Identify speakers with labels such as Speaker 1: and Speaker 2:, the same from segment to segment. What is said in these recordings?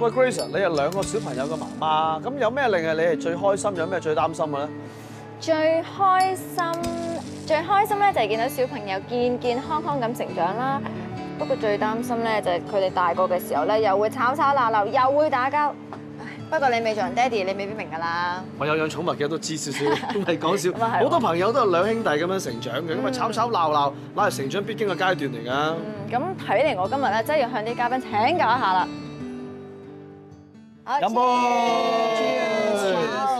Speaker 1: 喂，Grace，你係兩個小朋友嘅媽媽，咁有咩令係你係最開心，有咩最擔心嘅咧？
Speaker 2: 最開心最開心咧就係見到小朋友健健康康咁成長啦。不過最擔心咧就係佢哋大個嘅時候咧又會吵吵鬧鬧，又會打交。唉不過你未做人爹哋，你未必明㗎啦。
Speaker 1: 我有養寵物嘅都知 少少，都係講笑。
Speaker 2: 咁啊係喎
Speaker 1: 好多朋友都係兩兄弟咁樣成長嘅，咁啊吵吵鬧鬧，乃係成長必經嘅階段嚟㗎。
Speaker 2: 嗯咁睇嚟我今日咧真係要向啲嘉賓請教一下啦。好
Speaker 1: 飲杯
Speaker 2: Cheers！
Speaker 1: 嗯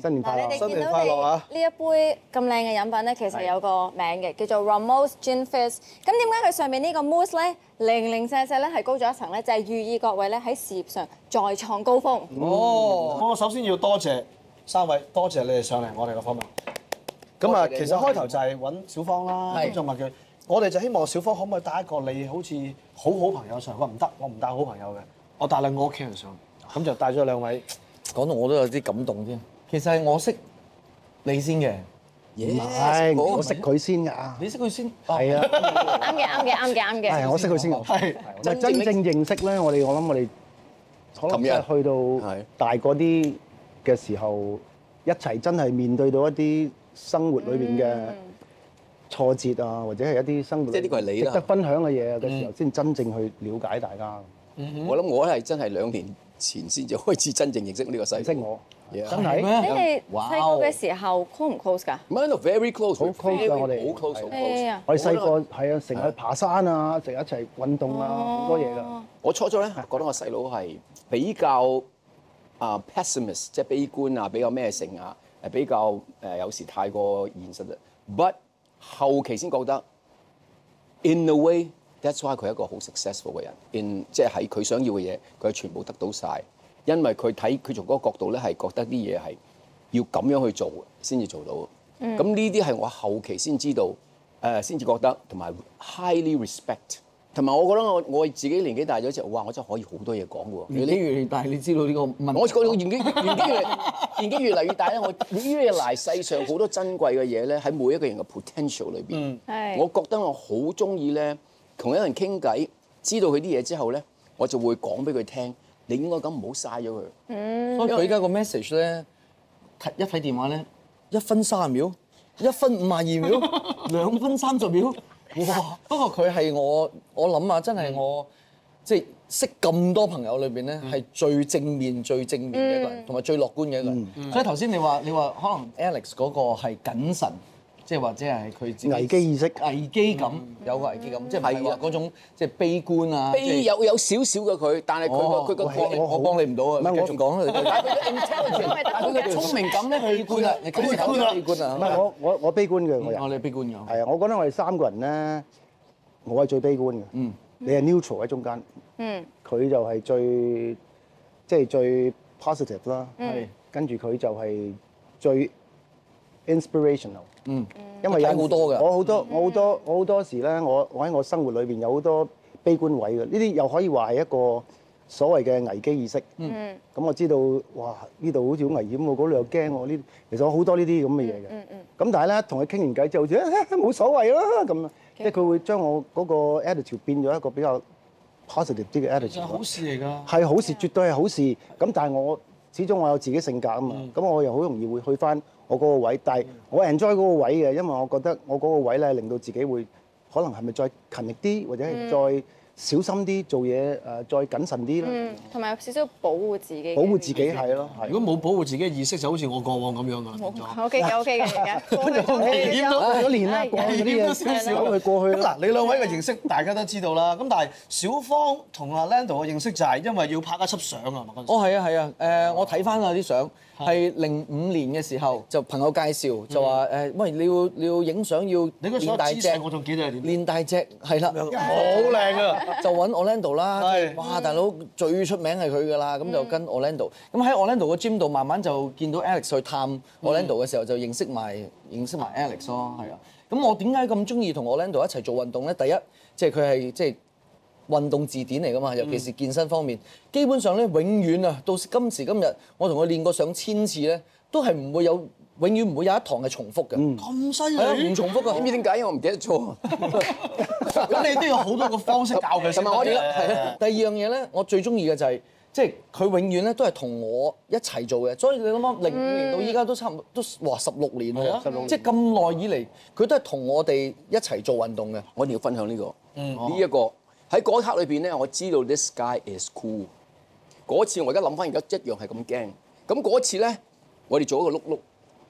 Speaker 3: 新年
Speaker 2: 嗱，
Speaker 3: 快
Speaker 2: 你哋
Speaker 3: 樂！
Speaker 1: 新
Speaker 2: 見
Speaker 1: 年
Speaker 2: 到
Speaker 1: 快樂啊
Speaker 2: 你呢一杯咁靚嘅飲品咧，其實有個名嘅，叫做 Ramos Gin Fizz。咁點解佢上面呢個 mousse 咧零零舍舍咧係高咗一層咧？就係寓意各位咧喺事業上再創高峰。
Speaker 1: 哦，我首先要多謝三位，多謝你哋上嚟我哋嘅訪問。咁啊，
Speaker 3: 多謝你
Speaker 1: 其實開頭就係揾小芳啦，
Speaker 3: 係
Speaker 1: 咁就問佢，我哋就希望小芳可唔可以帶一個你好似好好朋友上嚟？我話唔得，我唔帶好朋友嘅，我哦帶兩個屋企人上嚟。咁就帶咗兩位，
Speaker 4: 講到我都有啲感動添。其實係我識你先嘅，
Speaker 3: 唔係，我識佢先㗎。
Speaker 4: 你識佢先。哦
Speaker 3: 係啊，
Speaker 2: 啱嘅，啱嘅，啱嘅，
Speaker 5: Dạ,
Speaker 2: 啱嘅。
Speaker 3: 係我識佢先㗎。
Speaker 1: 係
Speaker 3: 唔係真正認識咧，我哋我諗我哋可能真係去到
Speaker 5: Dạ.
Speaker 4: 係
Speaker 3: 大個啲嘅時候，一齊真係面對到一啲生活裏邊嘅挫折啊，或者係一啲生活
Speaker 5: 即係呢個係你
Speaker 3: 值
Speaker 5: 啦
Speaker 3: 得分享嘅嘢嘅時候，先真正去了解大家，
Speaker 5: 我諗我係真係兩年前先至開始真正認識呢個世
Speaker 3: 認
Speaker 5: 界
Speaker 3: 識。我
Speaker 5: Yeah
Speaker 3: 真係
Speaker 2: 你哋
Speaker 4: 哇
Speaker 2: 細個嘅時候 close 唔 close 㗎？
Speaker 5: 唔係喺度 very close，
Speaker 3: 好 close 㗎
Speaker 5: very-
Speaker 3: 我哋
Speaker 5: 好 close，好
Speaker 2: 係
Speaker 5: close
Speaker 2: 啊。
Speaker 3: 我哋細個係啊，成日去爬山啊，成日一齊運動啊，好多嘢㗎。
Speaker 5: 我初初咧覺得我細佬係比較啊 pessimist，即係悲觀啊，比較咩性啊，誒比較誒有時太過現實啦。But 啊後期先覺得，in a way that's why 佢係一個好 successful 嘅人。in 即係喺佢想要嘅嘢，佢係全部得到晒。因為佢睇佢從嗰個角度咧係覺得啲嘢係要咁樣去做先至做到。咁呢啲係我後期先知道，誒先至覺得同埋 highly respect。同埋我覺得我我自己年紀大咗之後，哇！我真係可以好多嘢講喎。
Speaker 4: 年紀越嚟越大，你知道呢個問題。
Speaker 5: 我覺得我年紀年紀 越嚟年紀越嚟越大咧，我 realise 世上好多珍貴嘅嘢咧，喺每一個人嘅 potential 裏
Speaker 4: 嗯
Speaker 5: 邊。
Speaker 2: 係
Speaker 5: 我覺得我好中意咧，同一個人傾偈，知道佢啲嘢之後咧，我就會講俾佢聽，你應該咁唔好嘥咗佢。
Speaker 4: 所以佢而家個 message 咧，睇一睇電話咧，一分三十秒，一分五十二秒，兩分三十秒，哇！不過佢係我，我諗啊，真係我即係識咁多朋友裏邊咧，係最正面、最正面嘅一個人，同埋最樂觀嘅一個
Speaker 3: 嗯
Speaker 4: 人。所以頭先你話你話可能 Alex 嗰個係謹慎。即係或者係佢自己
Speaker 3: 危機意識
Speaker 4: 危機感有個危機感，即係唔係
Speaker 5: 係
Speaker 4: 話
Speaker 5: 啊
Speaker 4: 嗰種即係悲觀啊，即
Speaker 5: 悲
Speaker 4: 係
Speaker 5: 有有少少嘅佢，但係佢
Speaker 4: 哦
Speaker 5: 個佢個
Speaker 4: 我
Speaker 5: 佢
Speaker 4: 我我幫你唔到啊，
Speaker 3: 係
Speaker 4: 你
Speaker 3: 我
Speaker 4: 繼續講啦。你
Speaker 5: 但係佢嘅 intelligent，但係佢嘅聰明感咧，
Speaker 4: 悲觀啦，你
Speaker 5: 佢
Speaker 4: 講啦，悲觀
Speaker 3: 唔
Speaker 4: 啦
Speaker 3: 係，我我我悲觀嘅我人
Speaker 4: 我。哋悲觀嘅。
Speaker 3: 係啊，我覺得我哋三個人咧，我係最悲觀嘅。嗯，你係 neutral 喺中間。嗯，佢就係最即係最 positive 啦。係，跟住佢就係最 inspirational。嗯，因為有
Speaker 4: 睇好多㗎
Speaker 3: 我好多我好多我好多時咧，我我喺我生活裏邊有好多悲觀位嘅。呢啲又可以話係一個所謂嘅危機意識。嗯，咁我知道哇，呢度好似好危險喎，嗰度又驚喎。呢其實我好多呢啲咁嘅嘢嘅。咁但係咧，同佢傾完偈之後，好似冇所謂啦咁啊，即係佢會將我嗰個 attitude 變咗一個比較 positive 啲嘅
Speaker 1: 係
Speaker 3: attitude 咯
Speaker 1: 好。事嚟㗎。
Speaker 3: 係好事，絕對係好事。咁但係我始終我有自己性格啊嘛，咁、我又好容易會去翻我嗰個位，但係我 enjoy 嗰個位嘅，因為我覺得我嗰個位咧令到自己會可能係咪再勤力啲，或者係再小心啲做嘢，誒、再謹慎啲啦，
Speaker 2: 嗯，同埋有少少保護自己嘅，
Speaker 3: 保護自己係咯，係。
Speaker 1: 如果冇保護自己嘅意識，就好似我過往咁樣㗎。變咗
Speaker 2: O K 嘅 O K 嘅，而家過去咗
Speaker 1: 危險都
Speaker 3: 咗年啦，
Speaker 2: 哎
Speaker 3: 過去嗰
Speaker 1: 點
Speaker 3: 啲
Speaker 1: 都少
Speaker 3: 嘢，
Speaker 1: 少
Speaker 3: 走去過去
Speaker 1: 咁
Speaker 3: 啦。
Speaker 1: 嗱，你兩位嘅認識大家都知道啦。咁但係小芳同阿 Lando 嘅認識就係因為要拍一輯相啊嘛。嗰陣時
Speaker 4: 哦，係啊，係啊，誒、我睇翻啊啲相，係零五年嘅時候，就朋友介紹就話誒、喂，你要你要影相要
Speaker 1: 你嗰時
Speaker 4: 練
Speaker 1: 候
Speaker 4: 大
Speaker 1: 姿
Speaker 4: 隻，
Speaker 1: 勢我仲記得係點，
Speaker 4: 練大隻係啦，
Speaker 1: 好靚啊！
Speaker 4: 就揾 Orlando 啦
Speaker 1: 係，
Speaker 4: 哇，大佬最出名係佢噶啦，咁就跟 Orlando，咁喺 Orlando 個 gym 度慢慢就見到 Alex 去探 Orlando 嘅時候，就認識埋認識埋 Alex 咯，係啊，咁我點解咁中意同 Orlando 一齊做運動咧？第一，即係佢係即係。運動字典嚟噶嘛，尤其是健身方面，基本上咧永遠啊，到今時今日，我同佢練過上千次咧，都係唔會有，永遠唔會有一堂係重複嘅，
Speaker 1: 咁犀
Speaker 4: 係啊、唔
Speaker 1: 利，
Speaker 4: 重複
Speaker 5: 知唔
Speaker 4: 嘅。
Speaker 5: 知點解？因為我唔記得咗。
Speaker 1: 咁你都有好多個方式教佢先
Speaker 5: 同
Speaker 1: 得
Speaker 5: 埋我哋
Speaker 4: 係
Speaker 1: 嘅。
Speaker 4: 啦第二樣嘢咧，我最中意嘅就係、即係佢永遠咧都係同我一齊做嘅，所以你諗下，零五年到依家都差唔多，都哇十六年喎，即嗯係咁耐以嚟，佢都係同我哋一齊做運動嘅。
Speaker 5: 我一定要分享呢、個，
Speaker 4: 嗯
Speaker 5: 呢一、個喺嗰一刻裏邊咧，我知道 this guy is cool。嗰次我而家諗翻，而家一樣係咁驚。咁嗰次咧，我哋做一個碌碌，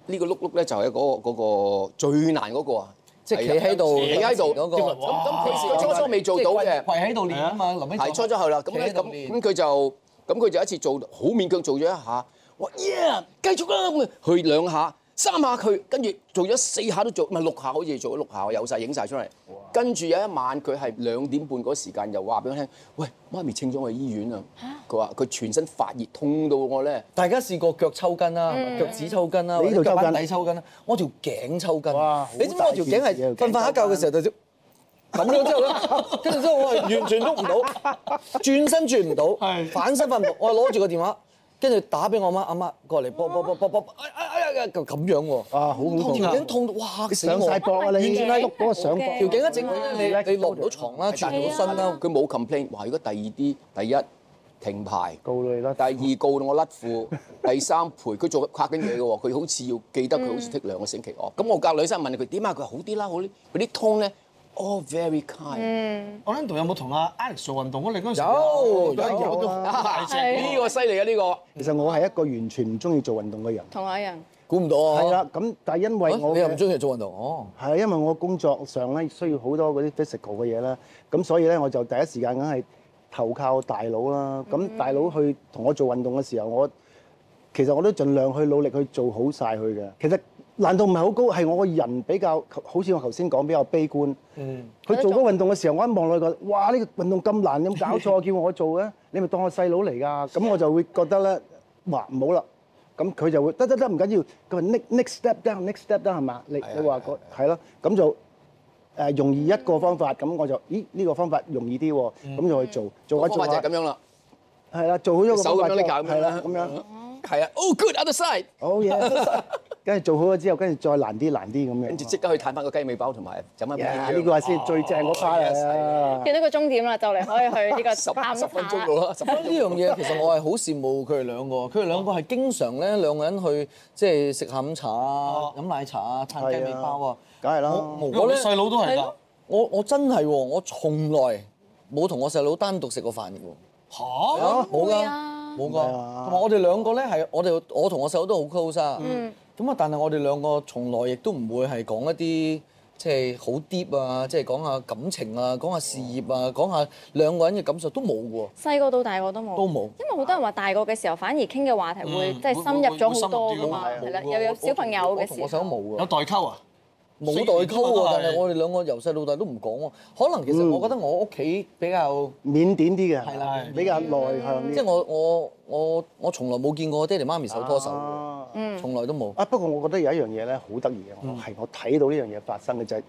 Speaker 5: 呢、個碌碌咧就係嗰、個嗰個最難嗰個啊，
Speaker 4: 即係企喺度
Speaker 5: 企喺度
Speaker 4: 嗰個
Speaker 5: 咁咁佢初初未做到嘅，
Speaker 4: 跪喺度練啊嘛，臨尾
Speaker 5: 係初咗後啦。咁
Speaker 4: 企
Speaker 5: 咧
Speaker 4: 喺度
Speaker 5: 咁
Speaker 4: 練
Speaker 5: 咁佢就咁佢就一次做好勉強做咗一下，哇 yeah，繼續啦咁啊，去兩下三下佢，跟住做咗四下都做，唔係六下好似做咗六下，我有晒影晒出嚟。跟住有一晚佢係兩點半嗰時間又話俾我聽，喂媽咪清咗我去醫院啊！佢話佢全身發熱，痛到我咧。
Speaker 4: 大家試過腳抽筋啦、腳趾抽筋啦、
Speaker 3: 你呢度
Speaker 4: 或者腳板
Speaker 3: 抽筋
Speaker 4: 底抽筋啦，我條頸抽筋
Speaker 3: 哇好。
Speaker 4: 你知唔知我條頸
Speaker 3: 大件事啊
Speaker 4: 係瞓瞓下覺嘅時候就只咁咗之後咧，跟住之後我係完全喐唔到，轉身轉唔到，反身瞓唔到，我係攞住個電話，跟住打俾我媽，阿媽過嚟，卜卜卜卜卜，哎哎哎哎咁樣喎，
Speaker 3: 啊，好恐怖！
Speaker 4: 條頸痛到哇嚇死
Speaker 3: 上
Speaker 4: 我
Speaker 3: 晒！膊啊！
Speaker 2: 完
Speaker 3: 你
Speaker 2: 全係
Speaker 3: 喐嗰個上膊，
Speaker 4: 條頸一整咧，你你落唔到床啦，轉唔到身啦，
Speaker 5: 佢冇 complain，話如果第二啲第一停牌。
Speaker 3: 告你啦！
Speaker 5: 第二告到我甩 褲，第三陪佢做跨緊嘢嘅喎，佢好似要記得佢好似 take 兩個星期我咁我隔女生問佢點啊，佢話好啲啦，好啲，佢啲 tone 咧 all very kind。
Speaker 1: 我 Lando 有冇同阿 Alex 做運動？我哋嗰陣時
Speaker 4: 有
Speaker 1: 有 都好大隻。
Speaker 5: 呢個犀利啊！呢個
Speaker 3: 其實我係一個完全唔中意做運動嘅人。
Speaker 2: 同我一樣，
Speaker 4: 估唔到啊！
Speaker 3: 係啦，咁但係因為
Speaker 4: 啊，
Speaker 3: 我
Speaker 4: 你又唔
Speaker 3: 嘅
Speaker 4: 中意做運動哦？
Speaker 3: 係啊因為我工作上咧需要好多嗰啲 physical 嘅嘢啦，咁所以咧我就第一時間梗係投靠大佬啦。咁大佬去同我做運動嘅時候，我其實我都盡量去努力去做好晒佢嘅。其實難度唔係好高，係我個人比較好似我頭先講比較悲觀。
Speaker 1: 嗯，
Speaker 3: 佢做嗰運動嘅時候，我一望落去覺得，哇！呢、個運動咁難，有冇搞 錯？叫我做嘅，你咪當我細佬嚟㗎。咁我就會覺得咧，哇！唔好啦。咁佢就會得得得，唔緊要。佢話 next next step down，next step down 係嘛？你你話個係咯，咁就誒容易一個方法，咁我就咦呢、個方法容易啲喎，咁就去做，做
Speaker 5: 我
Speaker 3: 一
Speaker 5: 方
Speaker 3: 做
Speaker 5: 法就
Speaker 3: 下
Speaker 5: 係，咁樣啦，
Speaker 3: 係啦，做好咗個方
Speaker 5: 手
Speaker 3: 法
Speaker 5: 咁樣
Speaker 3: 之
Speaker 5: 拎
Speaker 3: 後
Speaker 5: 搞咁
Speaker 3: 係
Speaker 5: 樣
Speaker 3: 啦
Speaker 5: 啦，
Speaker 3: 咁樣。
Speaker 5: 係啊，oh good other side，
Speaker 3: 好嘢，跟住做好咗之後，跟住再難啲難啲咁樣。哎
Speaker 5: 跟住即刻去嘆翻個雞尾包同埋飲翻杯
Speaker 3: 呀
Speaker 5: 鴛鴦
Speaker 3: 呢個係先最
Speaker 4: 哦
Speaker 3: 正嗰 part 啊！
Speaker 2: 見到個終點啦，就嚟可以去呢個
Speaker 5: 十
Speaker 2: 探
Speaker 5: 十分鐘
Speaker 2: 查
Speaker 5: 到。啦，十分
Speaker 4: 呢樣嘢其實我係好羨慕佢哋兩個，佢哋兩個係經常咧兩個人去即係食下午茶啊、飲奶茶啊、撐雞尾包啊。
Speaker 3: 梗哦係啦，
Speaker 4: 我
Speaker 1: 我
Speaker 4: 我
Speaker 1: 咧
Speaker 4: 咧
Speaker 1: 細佬都係㗎。
Speaker 4: 我我真係喎，我從來冇同我細佬單獨食過飯嘅喎，
Speaker 1: 嚇！
Speaker 4: 冇
Speaker 2: 哦會
Speaker 4: 㗎
Speaker 2: 啊，
Speaker 4: 冇㗎。
Speaker 3: 係啊
Speaker 4: 同埋我哋兩個咧係我哋我同我細佬都好 close 啊。
Speaker 2: 嗯
Speaker 4: 咁啊，但係我哋兩個從來亦都唔會係講一啲。即係好 deep 啊！即係講下感情啊，講下事業啊，講下兩個人嘅感受都冇嘅喎。
Speaker 2: 細個到大個都冇，
Speaker 4: 都冇
Speaker 2: 因為好多人話大個嘅時候反而傾嘅話題會
Speaker 1: 嗯
Speaker 2: 即係深入咗好多㗎嘛，
Speaker 1: 會會
Speaker 2: 係啦，
Speaker 4: 冇
Speaker 2: 又有小朋友
Speaker 4: 我
Speaker 2: 嘅
Speaker 4: 同我
Speaker 2: 時
Speaker 4: 細佬
Speaker 2: 候，
Speaker 4: 冇㗎
Speaker 1: 有。代溝啊！
Speaker 4: 冇代
Speaker 1: 四年
Speaker 4: 溝喎，但
Speaker 1: 級都係
Speaker 4: 係我哋兩個由細到大都唔講喎。可能其實我覺得我屋企比較，
Speaker 3: 腼腆啲嘅，
Speaker 4: 係啦
Speaker 3: 比較內向啲。
Speaker 4: 即係我我我我從來冇見過我爹哋媽咪手拖手嘅，
Speaker 3: 啊
Speaker 2: 嗯
Speaker 4: 從來都冇。
Speaker 3: 啊，不過我覺得有一樣嘢咧好得意嘅，
Speaker 4: 嗯
Speaker 3: 我係我睇到呢樣嘢發生嘅就係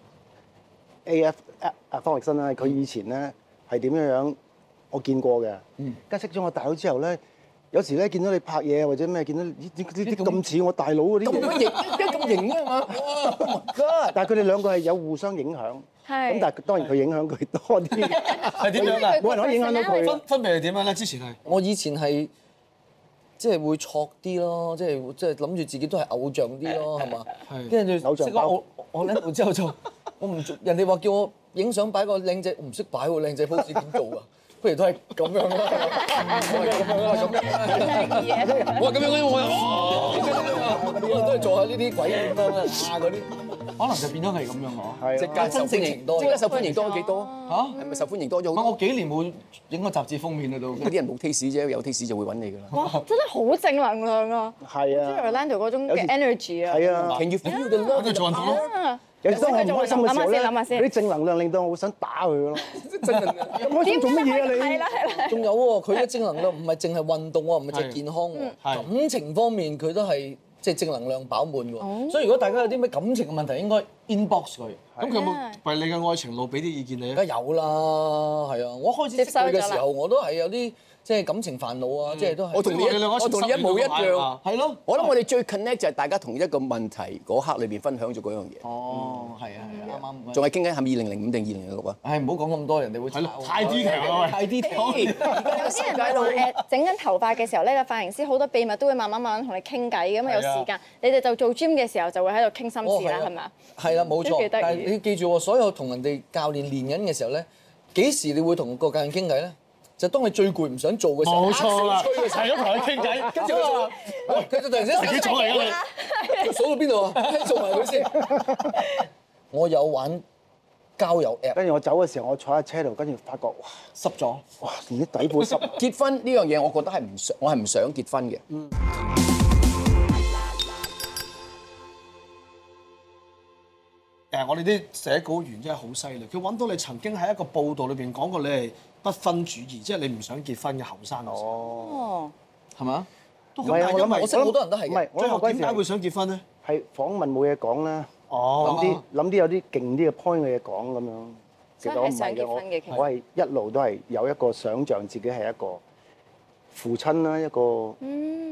Speaker 3: A.F. 啊啊方力申啦，佢
Speaker 4: 嗯
Speaker 3: 以前咧係點樣樣，我見過嘅。
Speaker 4: 嗯
Speaker 3: 跟住識咗我大佬之後咧，有時咧見到你拍嘢或者咩，見到咦點點點咁似我大佬嗰啲 嘢，
Speaker 4: 型，咁型啊嘛！
Speaker 3: 但係佢哋兩個係有互相影響。
Speaker 2: 係
Speaker 3: 咁但係當然佢影響佢 多啲。
Speaker 1: 係點樣 咧？
Speaker 3: 冇人可以影響到佢
Speaker 1: 分分別係點樣咧？之前係
Speaker 4: 我以前係即係會挫啲咯，即係即係諗住自己都係偶像啲咯，係嘛？
Speaker 1: 係
Speaker 4: 跟住就
Speaker 3: 偶像
Speaker 4: 識咗
Speaker 3: 包
Speaker 4: 我我呢度之後就我唔做，人哋話叫我影相擺個靚仔，唔識擺喎靚仔 pose 點做啊？不如都係咁樣啦，我係咁樣啦，咁樣啦。我係啊咁樣嘅，我係哦我都係做下呢啲鬼咁多啦，啊嗰啲，可能就變咗係咁樣咯。
Speaker 3: 係啊
Speaker 5: 即刻受
Speaker 4: 真性
Speaker 5: 歡
Speaker 4: 情
Speaker 5: 迎
Speaker 4: 多
Speaker 5: 即刻受歡迎多咗幾多？
Speaker 4: 嚇，
Speaker 5: 係咪受歡迎多咗
Speaker 4: 唔係
Speaker 5: 好
Speaker 4: 我幾年冇影過雜誌封面啦都。
Speaker 5: 多？啲人冇 taste 啫，有 taste 就會揾你㗎啦。
Speaker 2: 哇！真係好正能量啊！
Speaker 3: 係
Speaker 2: 即係
Speaker 3: 啊，
Speaker 2: Orlando 嗰種
Speaker 3: 有
Speaker 2: 嘅
Speaker 3: 時
Speaker 2: energy 啊，
Speaker 3: 係啊。
Speaker 5: Can you feel the love？
Speaker 1: 我哋做運動咯。
Speaker 3: 有時當我唔開心嘅時候咧，
Speaker 2: 諗下先諗下先
Speaker 3: 嗰啲正能量令到我好想打佢咯。
Speaker 4: 正能量。
Speaker 3: 咁開心做乜嘢
Speaker 2: 係啦
Speaker 3: 啊
Speaker 2: 係啦，
Speaker 4: 仲有喎，佢嘅正能量唔係淨係運動喎，唔係淨係健康喎，
Speaker 1: 係
Speaker 4: 感情方面佢都係即係正能量飽滿喎。哦所以如果大家有啲咩感情嘅問題，應該 inbox 佢。
Speaker 1: 咁佢有冇為你嘅愛情路俾啲意見你啊咧？
Speaker 4: 梗係有啦，係啊！我開始識佢嘅時候，我都係有啲即係感情煩惱啊，即係都係。
Speaker 5: 我同你
Speaker 1: 你
Speaker 5: 一
Speaker 1: 兩個
Speaker 5: 我同你一模一
Speaker 1: 啊
Speaker 5: 樣。
Speaker 4: 係咯，
Speaker 5: 我諗我哋最 connect 就係大家同一個問題嗰刻裏邊分享咗嗰樣嘢，
Speaker 4: 哦，係啊，係啊，啱啱。
Speaker 5: 仲係傾緊係二零零五定二零零六啊？
Speaker 4: 唉，唔好講咁多，人哋會
Speaker 1: 係咯
Speaker 4: 炒
Speaker 1: 太 detail 啦喂
Speaker 4: 太 detail。
Speaker 2: 有啲人咪話誒整緊頭髮嘅時候咧，個髮型師好多秘密都會慢慢慢慢同你傾偈咁啊，有時間你哋就做 gym 嘅時候就會喺度傾心事啦，係咪啊？？
Speaker 4: 係啦，冇
Speaker 2: 都
Speaker 4: 錯
Speaker 2: 幾。得意
Speaker 4: 但係你要記住喎，所有同人哋教練練緊嘅時候咧，幾時你會同個教練傾偈咧？就當你最攰唔想做嘅時候，
Speaker 1: 冇錯啦，係咁同佢傾偈，
Speaker 4: 跟住佢就喂，佢就突然之間
Speaker 1: 自己做嚟㗎你。
Speaker 4: 佢數到邊度啊？ 聽做埋佢先。我有玩交友 app，
Speaker 3: 跟住我走嘅時候，我坐喺車度，跟住發覺哇
Speaker 4: 濕咗。
Speaker 3: 哇，連啲底褲濕。
Speaker 5: 結婚呢樣嘢，我覺得係唔想，我係唔想結婚嘅。
Speaker 4: 嗯
Speaker 1: 誒，我哋啲寫稿員真係好犀利，佢揾到你曾經喺一個報導裏邊講過你係不婚主義，即係你唔想結婚嘅後生嘅時候。
Speaker 2: 哦，
Speaker 4: 係嘛？
Speaker 1: 都
Speaker 3: 唔係啊，我諗
Speaker 4: 我識好多人都係嘅
Speaker 3: 唔係，我
Speaker 1: 最
Speaker 3: 諗
Speaker 1: 後
Speaker 3: 我嗰
Speaker 1: 點
Speaker 3: 陣時
Speaker 1: 解會
Speaker 3: 係
Speaker 1: 想結婚咧？
Speaker 3: 係訪問冇嘢講啦，
Speaker 1: 哦
Speaker 3: 諗啲諗啲有啲勁啲嘅 point 嘅嘢講咁樣。其
Speaker 2: 所以
Speaker 3: 實我
Speaker 2: 係
Speaker 3: 唔
Speaker 2: 想
Speaker 3: 係嘅，
Speaker 2: 結婚嘅其實
Speaker 3: 我我係一路都係有一個想像自己係一個父親啦，一個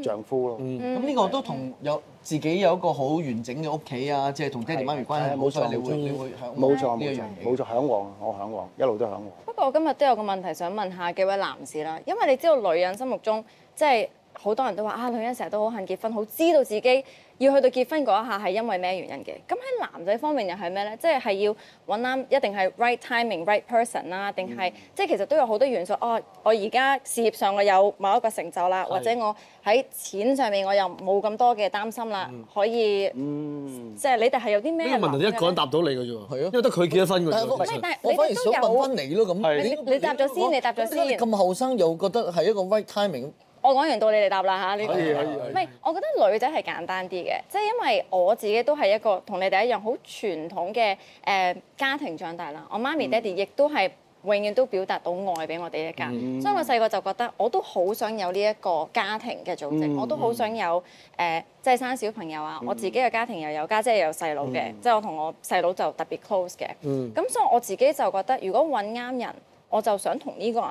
Speaker 3: 丈夫咯。
Speaker 4: 咁呢個都同有自己有一個好完整嘅屋企啊，即係同爹哋媽咪關係
Speaker 3: 係冇錯
Speaker 4: 冇錯，你會你
Speaker 3: 冇錯
Speaker 4: 會向往
Speaker 3: 冇錯
Speaker 4: 呢
Speaker 3: 冇
Speaker 4: 一樣
Speaker 3: 錯
Speaker 4: 嘢
Speaker 3: 冇。錯，向往我向往，一路都向往。
Speaker 2: 不過我今日都有個問題想問下幾位男士啦，因為你知道女人心目中即係好多人都話啊，女人成日都好恨結婚，好知道自己要去到結婚嗰一下係因為咩原因嘅。 咁喺男仔方面又係咩呢？即係係要揾啱，一定係 right timing、right person 啦，定係即係其實都有好多元素。哦，我而家事業上我有某一個成就啦，或者我喺錢上面我又冇咁多嘅擔心啦，可以
Speaker 4: 嗯
Speaker 2: 即係你哋係有啲咩
Speaker 1: 呢個問題一個人
Speaker 2: 諗嘅呢
Speaker 1: 答到你嘅啫喎，
Speaker 4: 係啊
Speaker 1: 因為得佢結咗婚嘅啫
Speaker 4: 但係我
Speaker 1: 喎。
Speaker 4: 啊
Speaker 1: 其
Speaker 2: 喂
Speaker 1: 實
Speaker 2: 但係
Speaker 4: 我
Speaker 2: 你
Speaker 4: 反而
Speaker 2: 都
Speaker 4: 想
Speaker 2: 有
Speaker 4: 問翻你咯咁。
Speaker 2: 你你答咗先你答咗
Speaker 4: 點解你
Speaker 2: 先
Speaker 4: 咁後生又覺得係一個 right timing，
Speaker 2: 我講完到你哋答啦嚇，呢個
Speaker 1: 可以可以可以
Speaker 2: 唔係，我覺得女仔係簡單啲嘅，即係因為我自己都係一個同你哋一樣好傳統嘅誒、呃家庭長大啦。我媽咪爹哋亦都係永遠都表達到愛俾我哋一家，所以我細個就覺得我都好想有呢一個家庭嘅組織，我都好想有誒、呃即係生小朋友啊，我自己嘅家庭又有家姐又有細佬嘅，即係我同我細佬就特別 close 嘅。咁、所以我自己就覺得，如果揾啱人，我就想同呢個人。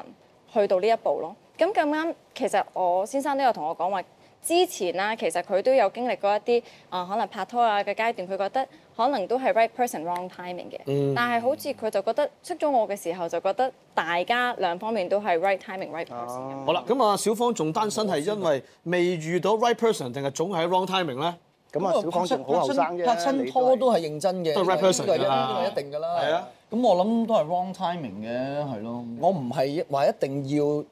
Speaker 2: 去到呢一步咯。咁咁啱，其實我先生都有同我講話，之前啦，其實佢都有經歷過一啲啊、可能拍拖啊嘅階段，佢覺得可能都係 right person wrong timing 嘅。但係好似佢就覺得識咗我嘅時候，就覺得大家兩方面都係 right timing right person 咁。
Speaker 1: 好啦，咁啊，小芳仲單身係因為未遇到 right person 定係總係 wrong timing 咧？
Speaker 3: 咁啊，小芳仲好後生啫，
Speaker 4: 拍親拖都係認真嘅，
Speaker 1: 都係 represent
Speaker 4: 呢個一
Speaker 1: 㗎啦
Speaker 4: 呢個一定㗎啦。
Speaker 1: 係啊，
Speaker 4: 咁我諗都係 wrong timing 嘅，係咯。我唔係話一定要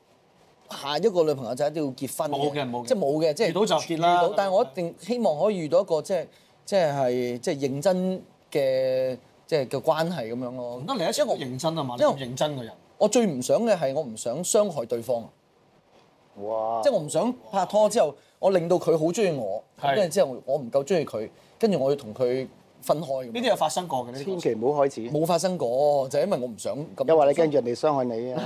Speaker 4: 下一個女朋友就一定要結婚
Speaker 1: 冇嘅冇嘅
Speaker 4: 即係冇嘅，即係
Speaker 1: 遇到就結啦
Speaker 4: 遇到但係我一定希望可以遇到一個即係即係係即係認真嘅即係嘅關係咁樣咯
Speaker 1: 唔。得你一次我認真啊嘛，你咁認真嘅人，
Speaker 4: 我最唔想嘅係我唔想傷害對方啊。
Speaker 3: 哇
Speaker 4: 即係！我唔想拍拖之後，我令到佢好中意我，
Speaker 1: 係
Speaker 4: 跟住之後我唔夠中意佢，跟住我要同佢分開咁
Speaker 1: 呢
Speaker 4: 樣。
Speaker 1: 啲有發生過嘅呢
Speaker 3: 千
Speaker 1: 啲。
Speaker 3: 祈唔好開始，
Speaker 4: 冇發生過，就係因為我唔想咁。
Speaker 3: 又話你驚住人哋傷 害你啊！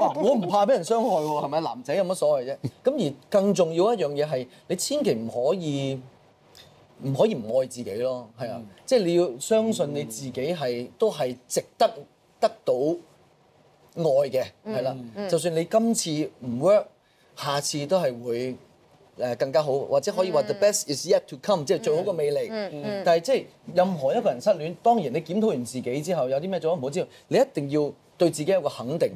Speaker 4: 哇啊我唔怕俾人傷害喎，係咪？男仔有乜所謂啫？咁而更重要一樣嘢係，你千祈唔可以唔可以唔愛自己咯，係啊，即係你要相信你自己係都係值得得到愛嘅，係啦。就算你今次唔 work，下次都係會誒更加好，或者可以話 the best is yet to come，即係最好嘅未嚟。但係即係任何一個人失戀，當然你檢討完自己之後有啲咩做得唔好之後，你一定要對自己有個肯定。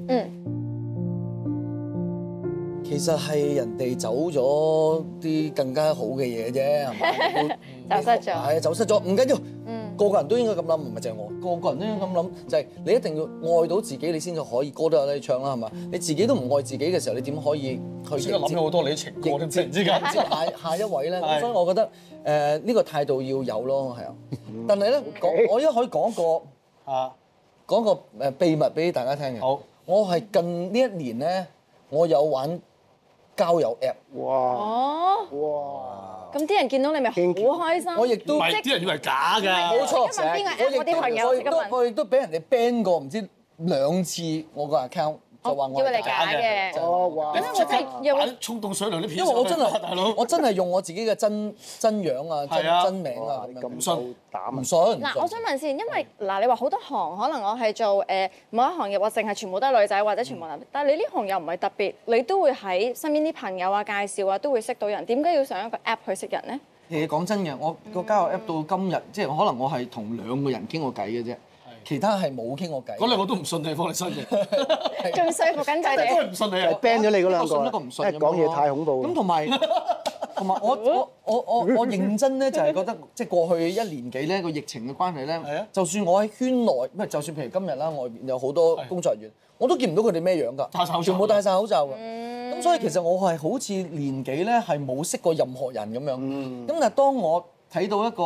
Speaker 4: 其實係人哋走咗啲更加好嘅嘢啫，係咪？
Speaker 2: 走失咗
Speaker 4: 係啊走失咗，唔緊要。個個人都應該咁諗，唔係淨係我，個個人都應該咁諗，就係、你一定要愛到自己，你先至可以歌都有得你唱啦，係嘛？你自己都唔愛自己嘅時候，你點可以去
Speaker 1: 即刻
Speaker 4: 迎
Speaker 1: 諗
Speaker 4: 接
Speaker 1: 咗好多你啲情歌添，突然之間
Speaker 4: 迎。接 下下一位咧，
Speaker 1: 係
Speaker 4: 所以我覺得誒呢、個態度要有咯，係啊。
Speaker 1: 嗯
Speaker 4: 但係咧，講我依家可以講個。
Speaker 1: 啊，
Speaker 4: 講個誒秘密俾大家聽嘅。
Speaker 1: 好，
Speaker 4: 我係近呢一年咧，我有玩交友 app，
Speaker 3: 哇
Speaker 2: 哦，
Speaker 3: 哇！
Speaker 2: 咁啲人見到你咪好開心。
Speaker 4: 我亦都
Speaker 1: 唔係啲人以為假㗎。
Speaker 4: 冇錯，
Speaker 2: 今日邊個 app 我啲朋友
Speaker 4: 我
Speaker 2: 今
Speaker 4: 亦都
Speaker 2: 日
Speaker 4: 我亦都俾人哋 ban 過唔知兩次我個 account，就話
Speaker 2: 以
Speaker 4: 我
Speaker 2: 為你
Speaker 4: 係
Speaker 2: 假
Speaker 4: 假
Speaker 2: 嘅，
Speaker 4: 嘅
Speaker 3: 哦，哇！
Speaker 2: 因為我真係又
Speaker 1: 擺沖凍水涼啲片
Speaker 4: 因
Speaker 1: 上
Speaker 4: 為
Speaker 1: 去，
Speaker 4: 我真
Speaker 1: 大佬
Speaker 4: 係，我真係用我自己嘅真真樣啊、真
Speaker 1: 係啊
Speaker 4: 真名啊咁樣，
Speaker 3: 咁夠膽
Speaker 4: 唔
Speaker 3: 啊！
Speaker 4: 信唔
Speaker 2: 嗱，我
Speaker 4: 信
Speaker 2: 想。問先，因為嗱，你話好多行，可能我係做誒某一行業，我淨係全部都係女仔或者全部
Speaker 4: 嗯
Speaker 2: 男，但係你呢行又唔係特別，你都會喺身邊啲朋友啊、介紹啊，都會識到人，點解要上一個 app 去識人呢？
Speaker 4: 其實講真嘅，我個交友 app 到今日，即係可能我係同兩個人傾過偈嘅啫，其他嗯係冇傾過偈。
Speaker 1: 嗰兩個都唔信你，放你身嘅，
Speaker 2: 仲說服緊
Speaker 1: 真
Speaker 2: 佢
Speaker 1: 係都
Speaker 2: 哋，
Speaker 1: 係唔信你
Speaker 3: 就
Speaker 1: 啊！
Speaker 3: ban 咗你嗰兩
Speaker 4: 一個
Speaker 3: 個
Speaker 4: 信
Speaker 3: 啦
Speaker 4: 一個唔信
Speaker 3: 因為講嘢太恐怖啦
Speaker 4: 咁同埋同埋我我我我我認真咧，就係覺得即係過去一年幾咧個疫情嘅關係
Speaker 1: 係
Speaker 4: 咧
Speaker 1: 啊，
Speaker 4: 就算我喺圈內，唔係就算譬如今日啦，外邊有好多工作人員，我都見唔到佢哋咩樣
Speaker 1: 戴晒口罩
Speaker 4: 㗎，全部戴晒口罩㗎。咁所以其實我係好似年紀咧係冇識過任何人咁樣。咁但係當我睇到一個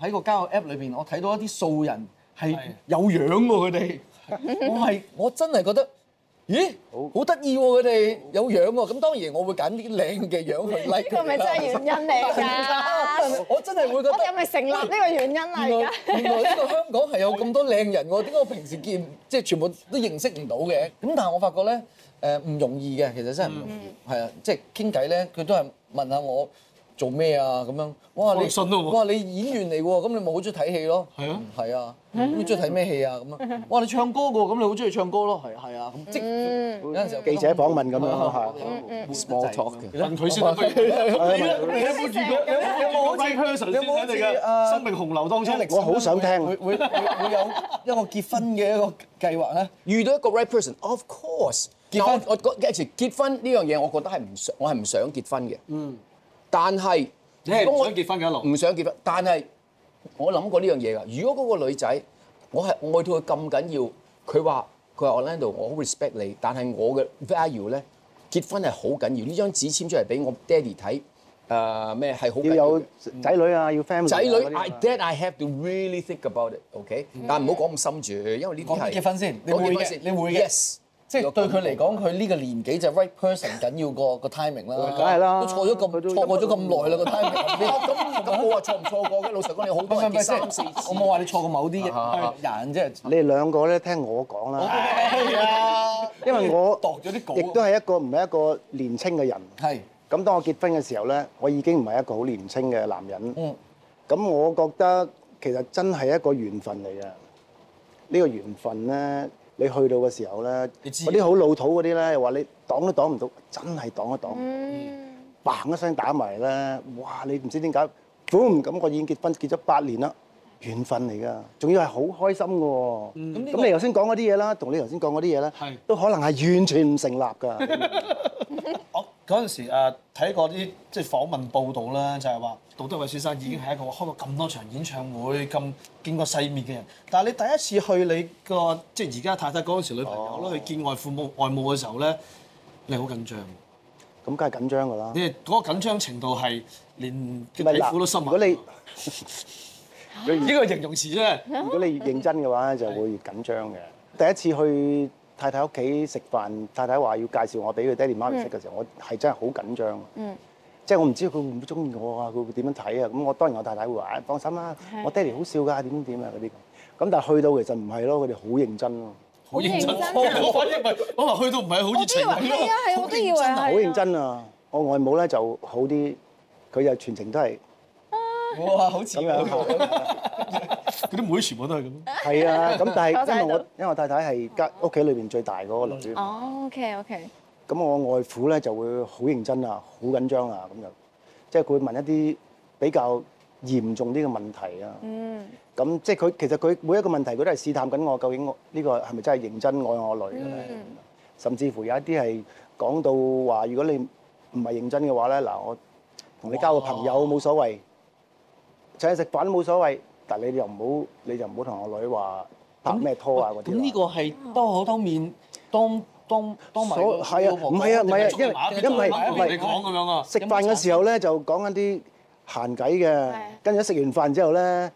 Speaker 4: 喺個交友 app 裏邊，我睇到一啲素人係
Speaker 1: 係
Speaker 4: 有樣喎佢哋，我
Speaker 2: 嗯
Speaker 4: 係我真係覺得。咦，好得意喎！佢哋有樣喎，咁當然我會揀啲靚嘅樣去 like
Speaker 2: 呢個咪
Speaker 4: 佢
Speaker 2: 真係
Speaker 4: 啦
Speaker 2: 原因嚟 㗎。
Speaker 4: 我真係會覺
Speaker 2: 我哋係
Speaker 4: 得
Speaker 2: 咪成立呢個原因啊？
Speaker 4: 原
Speaker 2: 而家
Speaker 4: 來原來呢個香港係有咁多靚人喎，點解我平時見唔即係全部都認識唔到嘅？咁但係我發覺咧，誒唔容易嘅，其實真係唔容易，係啊，即係傾偈咧，佢都係問下我做咩啊咁樣。哇，你
Speaker 1: 放信咯喎
Speaker 4: 哇你演員嚟喎，咁你咪好中意睇戲咯？
Speaker 1: 係啊
Speaker 4: 嗯，係啊，咁你中意睇咩戲啊？咁啊，哇你唱歌嘅喎，咁你好中意唱歌咯？係啊係啊，咁即係有陣時候嗯
Speaker 3: 記者訪問咁樣咯啊嚇。
Speaker 5: small talk 嘅。
Speaker 1: 問佢先啦，不如你呢你有冇遇過？你有冇好似呃 person 先喺你嘅生命洪流當中？
Speaker 3: 我好想聽啊
Speaker 4: 會會會會有一個結婚嘅一個計劃咧。
Speaker 5: 遇到一個 right person，of course。
Speaker 4: 結
Speaker 5: 嗱
Speaker 4: 婚
Speaker 5: 我我覺 actually 結婚呢樣嘢，我覺得係唔想，我係唔想結婚嘅。嗯。但係，
Speaker 1: 你係
Speaker 5: 如
Speaker 1: 唔
Speaker 5: 果我
Speaker 1: 想結婚嘅一路？
Speaker 5: 唔想結婚，但係我諗過呢樣嘢㗎。如果嗰個女仔，我係愛到佢咁緊要，佢話佢話 Orlando，我好 respect 你，但係我嘅 value 咧，結婚係好緊要。呢張紙簽出嚟俾我爹哋睇，誒咩係好緊
Speaker 3: 要
Speaker 5: 要
Speaker 3: 有
Speaker 5: 嘅。
Speaker 3: 仔女啊，要 family 啊
Speaker 5: 仔女
Speaker 3: 嗰啲啊
Speaker 5: ，I that I have to really think about it，OK？但唔好講咁深住，因為呢啲
Speaker 4: 講
Speaker 5: 係
Speaker 4: 結婚先你
Speaker 5: 講結
Speaker 4: 會嘅
Speaker 5: 婚先
Speaker 4: 你會嘅
Speaker 5: Yes。
Speaker 4: 即係對佢嚟講，佢呢個年紀就 right person 緊要過個 timing 啦。
Speaker 3: 啊梗係啦
Speaker 4: 都錯咗
Speaker 3: 佢
Speaker 4: 咁
Speaker 3: 都
Speaker 4: 錯過咗咁耐啦個 timing。你
Speaker 5: 咁咁冇話錯唔錯過嘅，老實講，你好多人結三四次。
Speaker 4: 我冇話你錯過某啲
Speaker 3: 啊
Speaker 4: 人，即係
Speaker 3: 你哋兩個咧聽我講啦，
Speaker 4: 係啊，
Speaker 3: 因為我
Speaker 4: 度咗啲稿
Speaker 3: 亦都係一個唔係一個年青嘅人。
Speaker 4: 係
Speaker 3: 咁當我結婚嘅時候咧，我已經唔係一個好年青嘅男人。
Speaker 4: 嗯
Speaker 3: 咁我覺得其實真係一個緣分嚟嘅。呢個緣分咧，你去到嘅時候咧，
Speaker 4: 你知
Speaker 3: 嗰啲好老土嗰啲咧，又話你擋都擋唔到，真係擋一擋。砰一聲打埋咧，哇！你唔知點解 boom 咁，我已經結婚結咗八年啦，緣分嚟噶，仲要係好開心嘅喎。咁、你頭先講嗰啲嘢啦，同你頭先講嗰啲嘢咧
Speaker 1: 係，
Speaker 3: 都可能係完全唔成立㗎。
Speaker 1: 我嗰陣時誒睇過啲即係訪問報道啦，就係話杜德偉先生已經係一個開過咁多場演唱會、咁見過世面嘅人。但係你第一次去你個即係而家太太嗰陣時女朋友啦，去見外父母外母嘅時候咧，你係好緊張。
Speaker 3: 咁梗係緊張㗎啦
Speaker 1: 你。係嗰個緊張程度係連
Speaker 3: 唔
Speaker 1: 條
Speaker 3: 係
Speaker 1: 底
Speaker 3: 嗱
Speaker 1: 褲都濕埋。
Speaker 3: 如果你
Speaker 1: 呢個形容詞啫，
Speaker 3: 如果你越認真嘅話咧，就會越緊張 嘅。第一次去太太屋企食飯，太太話要介紹我俾佢爹哋媽咪識嘅時候，我係真係好緊張。嗯，即係我唔知佢會唔會中意我啊，佢會點樣睇啊？咁我當然我太太會話：唉放心啦，我爹哋好笑㗎，點點點啊嗰啲咁。咁但係去到其實唔係咯，佢哋好認真咯，
Speaker 1: 好認真。啊
Speaker 2: 好認真
Speaker 1: 我反應咪我話去到唔係好熱
Speaker 2: 我都以
Speaker 1: 情
Speaker 2: 為係啊，係我都以為係。
Speaker 3: 好認。真啊！我外母咧就好啲，佢就全程都係
Speaker 4: 哇，好似啊
Speaker 3: 咁樣行。
Speaker 1: 佢啲妹全部都係咁。
Speaker 3: 係啊，咁但
Speaker 2: 坐晒
Speaker 3: 係因為我
Speaker 2: 喺度
Speaker 3: 因為我太哦太係家屋企裏邊最大嗰個女。
Speaker 2: 哦，OK OK，
Speaker 3: 咁我外父咧就會好認真啊，好緊張啊，咁就即係佢會問一啲比較嚴重啲嘅問題啊。嗯。咁即係佢其實佢每一個問題佢都係試探緊我，究竟我呢個係咪真係認真愛我女嘅咧？甚至乎有一啲係講到話，如果你唔係認真嘅話咧，嗱我同你交個朋友冇所謂，請你食飯都冇所謂，但係你又唔好，你就唔好同我女話拍咩拖啊嗰啲
Speaker 4: 咁呢
Speaker 3: 啦
Speaker 4: 個係當口當面當當當埋
Speaker 3: 所係啊，唔係啊，唔係啊，因為因為唔係
Speaker 1: 啊
Speaker 3: 食飯嘅時候咧就講緊啲閒偈嘅，跟住一食完飯之後咧，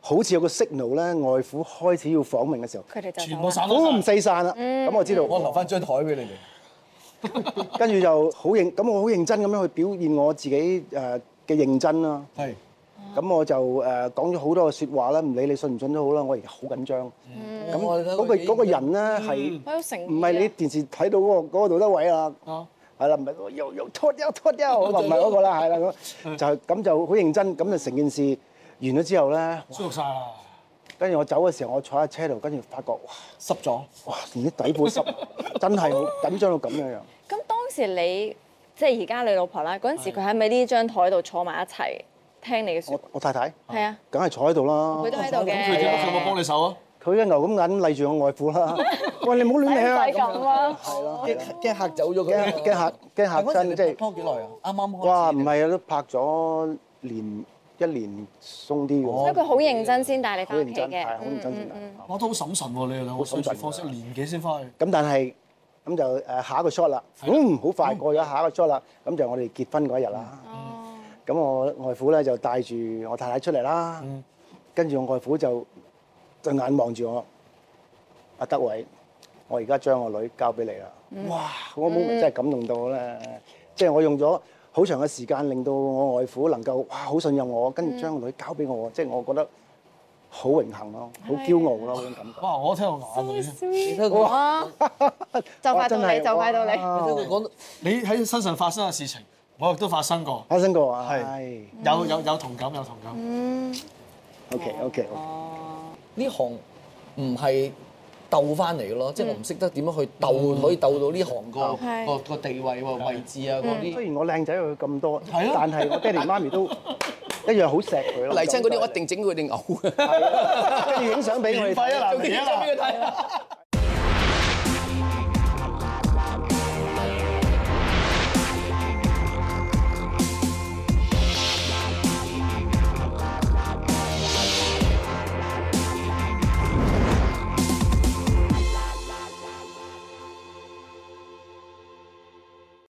Speaker 3: 好似有個 signal 咧，外父開始要訪問嘅時候，
Speaker 2: 佢哋就
Speaker 1: 全部
Speaker 2: 走啦
Speaker 1: 散
Speaker 3: 好
Speaker 1: 都
Speaker 3: 唔四散啦，咁我知道，
Speaker 4: 我留翻張台俾你哋。
Speaker 3: 跟住就好認，咁我好認真咁樣去表現我自己誒嘅認真啦。
Speaker 4: 係
Speaker 3: 咁我就誒講咗好多嘅説話啦，唔理你信唔信都好啦，我而家好緊張。
Speaker 4: 嗯
Speaker 3: 咁嗰個嗰個人咧係
Speaker 2: 佢好誠意啊
Speaker 3: 唔係你電視睇到嗰個嗰個杜德偉啊？
Speaker 1: 啊
Speaker 3: 係啦，唔係嗰個又又脱又脱又，我唔係嗰個啦，係啦咁就係咁就好認真，咁就成件事完咗之後咧，
Speaker 1: 舒服晒啦，
Speaker 3: 跟住我走嘅時候，我坐喺車度，跟住發覺哇
Speaker 4: 濕咗。
Speaker 3: 哇連啲底褲濕，真係好緊張到咁樣樣。
Speaker 2: 咁當時你即係而家你老婆啦，嗰陣時佢喺咪呢張台度坐埋一齊聽你嘅説
Speaker 3: 我我太太
Speaker 2: 話？係啊，
Speaker 3: 梗係坐喺度啦
Speaker 2: 佢。都喺度嘅。
Speaker 1: 佢點啊？佢有冇幫你手啊？
Speaker 3: 佢一牛咁眼嚟住我 外父啦。喂，你唔好亂嚟啊！
Speaker 2: 唔使咁啦，
Speaker 3: 係咯，
Speaker 4: 驚驚嚇走咗
Speaker 3: 驚
Speaker 4: 佢。
Speaker 3: 驚嚇驚嚇
Speaker 4: 但嗰陣你
Speaker 3: 親，即
Speaker 4: 拍
Speaker 3: 係
Speaker 4: 拖幾耐啊？啱啱開始。
Speaker 3: 哇，唔係啊，都拍咗年一年鬆啲
Speaker 2: 所以
Speaker 3: 喎。
Speaker 2: 佢好認真先帶你
Speaker 3: 好
Speaker 2: 翻屋
Speaker 3: 認
Speaker 2: 企
Speaker 3: 真，
Speaker 2: 嘅。嗯
Speaker 3: 係好認真先得。
Speaker 1: 我都好審慎喎，你哋兩個相處方式，
Speaker 3: 好審慎㗎
Speaker 1: 年幾先翻去？
Speaker 3: 咁但係咁就誒下一個 shot 啦，嗯，好快過咗下一個 shot 啦，咁就我哋結婚嗰一日啦。咁我外父咧就帶住我太太出嚟啦，跟住我外父就對眼望住我，阿德偉，我而家將我女交俾你啦。哇！我 m o 真係感動到咧，即係我用咗好長嘅時間令到我外父能夠哇好信任我，跟住將個女交俾我，即係我覺得好榮幸咯，好驕傲咯嗰種感覺。
Speaker 1: 哇！我聽我眼淚先。
Speaker 4: 你睇佢，
Speaker 2: 哇！就快到
Speaker 3: 哇
Speaker 2: 你，
Speaker 3: 真係
Speaker 2: 就快到你。
Speaker 4: 你睇佢講得
Speaker 1: 你喺身上發生嘅事情，我亦都發生過，
Speaker 3: 發生過啊，
Speaker 1: 係
Speaker 3: 係。
Speaker 1: 有有有同感，有同感。
Speaker 3: OK OK，
Speaker 4: 呢行
Speaker 5: ừ,
Speaker 4: 唔係鬥翻嚟嘅咯，即係我唔識得點樣去鬥，可以鬥到呢行個
Speaker 2: 係
Speaker 4: 個個地位喎、位置啊嗰
Speaker 3: 雖
Speaker 4: 啲。
Speaker 3: 然我靚仔佢咁多，
Speaker 4: 係啊
Speaker 3: 但係我爹哋媽咪都一樣好錫佢 咯。
Speaker 5: 嚟親嗰啲我一定整佢哋嘔嘅。
Speaker 3: 跟住影相俾我哋
Speaker 1: 免費
Speaker 3: 睇。
Speaker 1: 啊！嗱，嚟啊！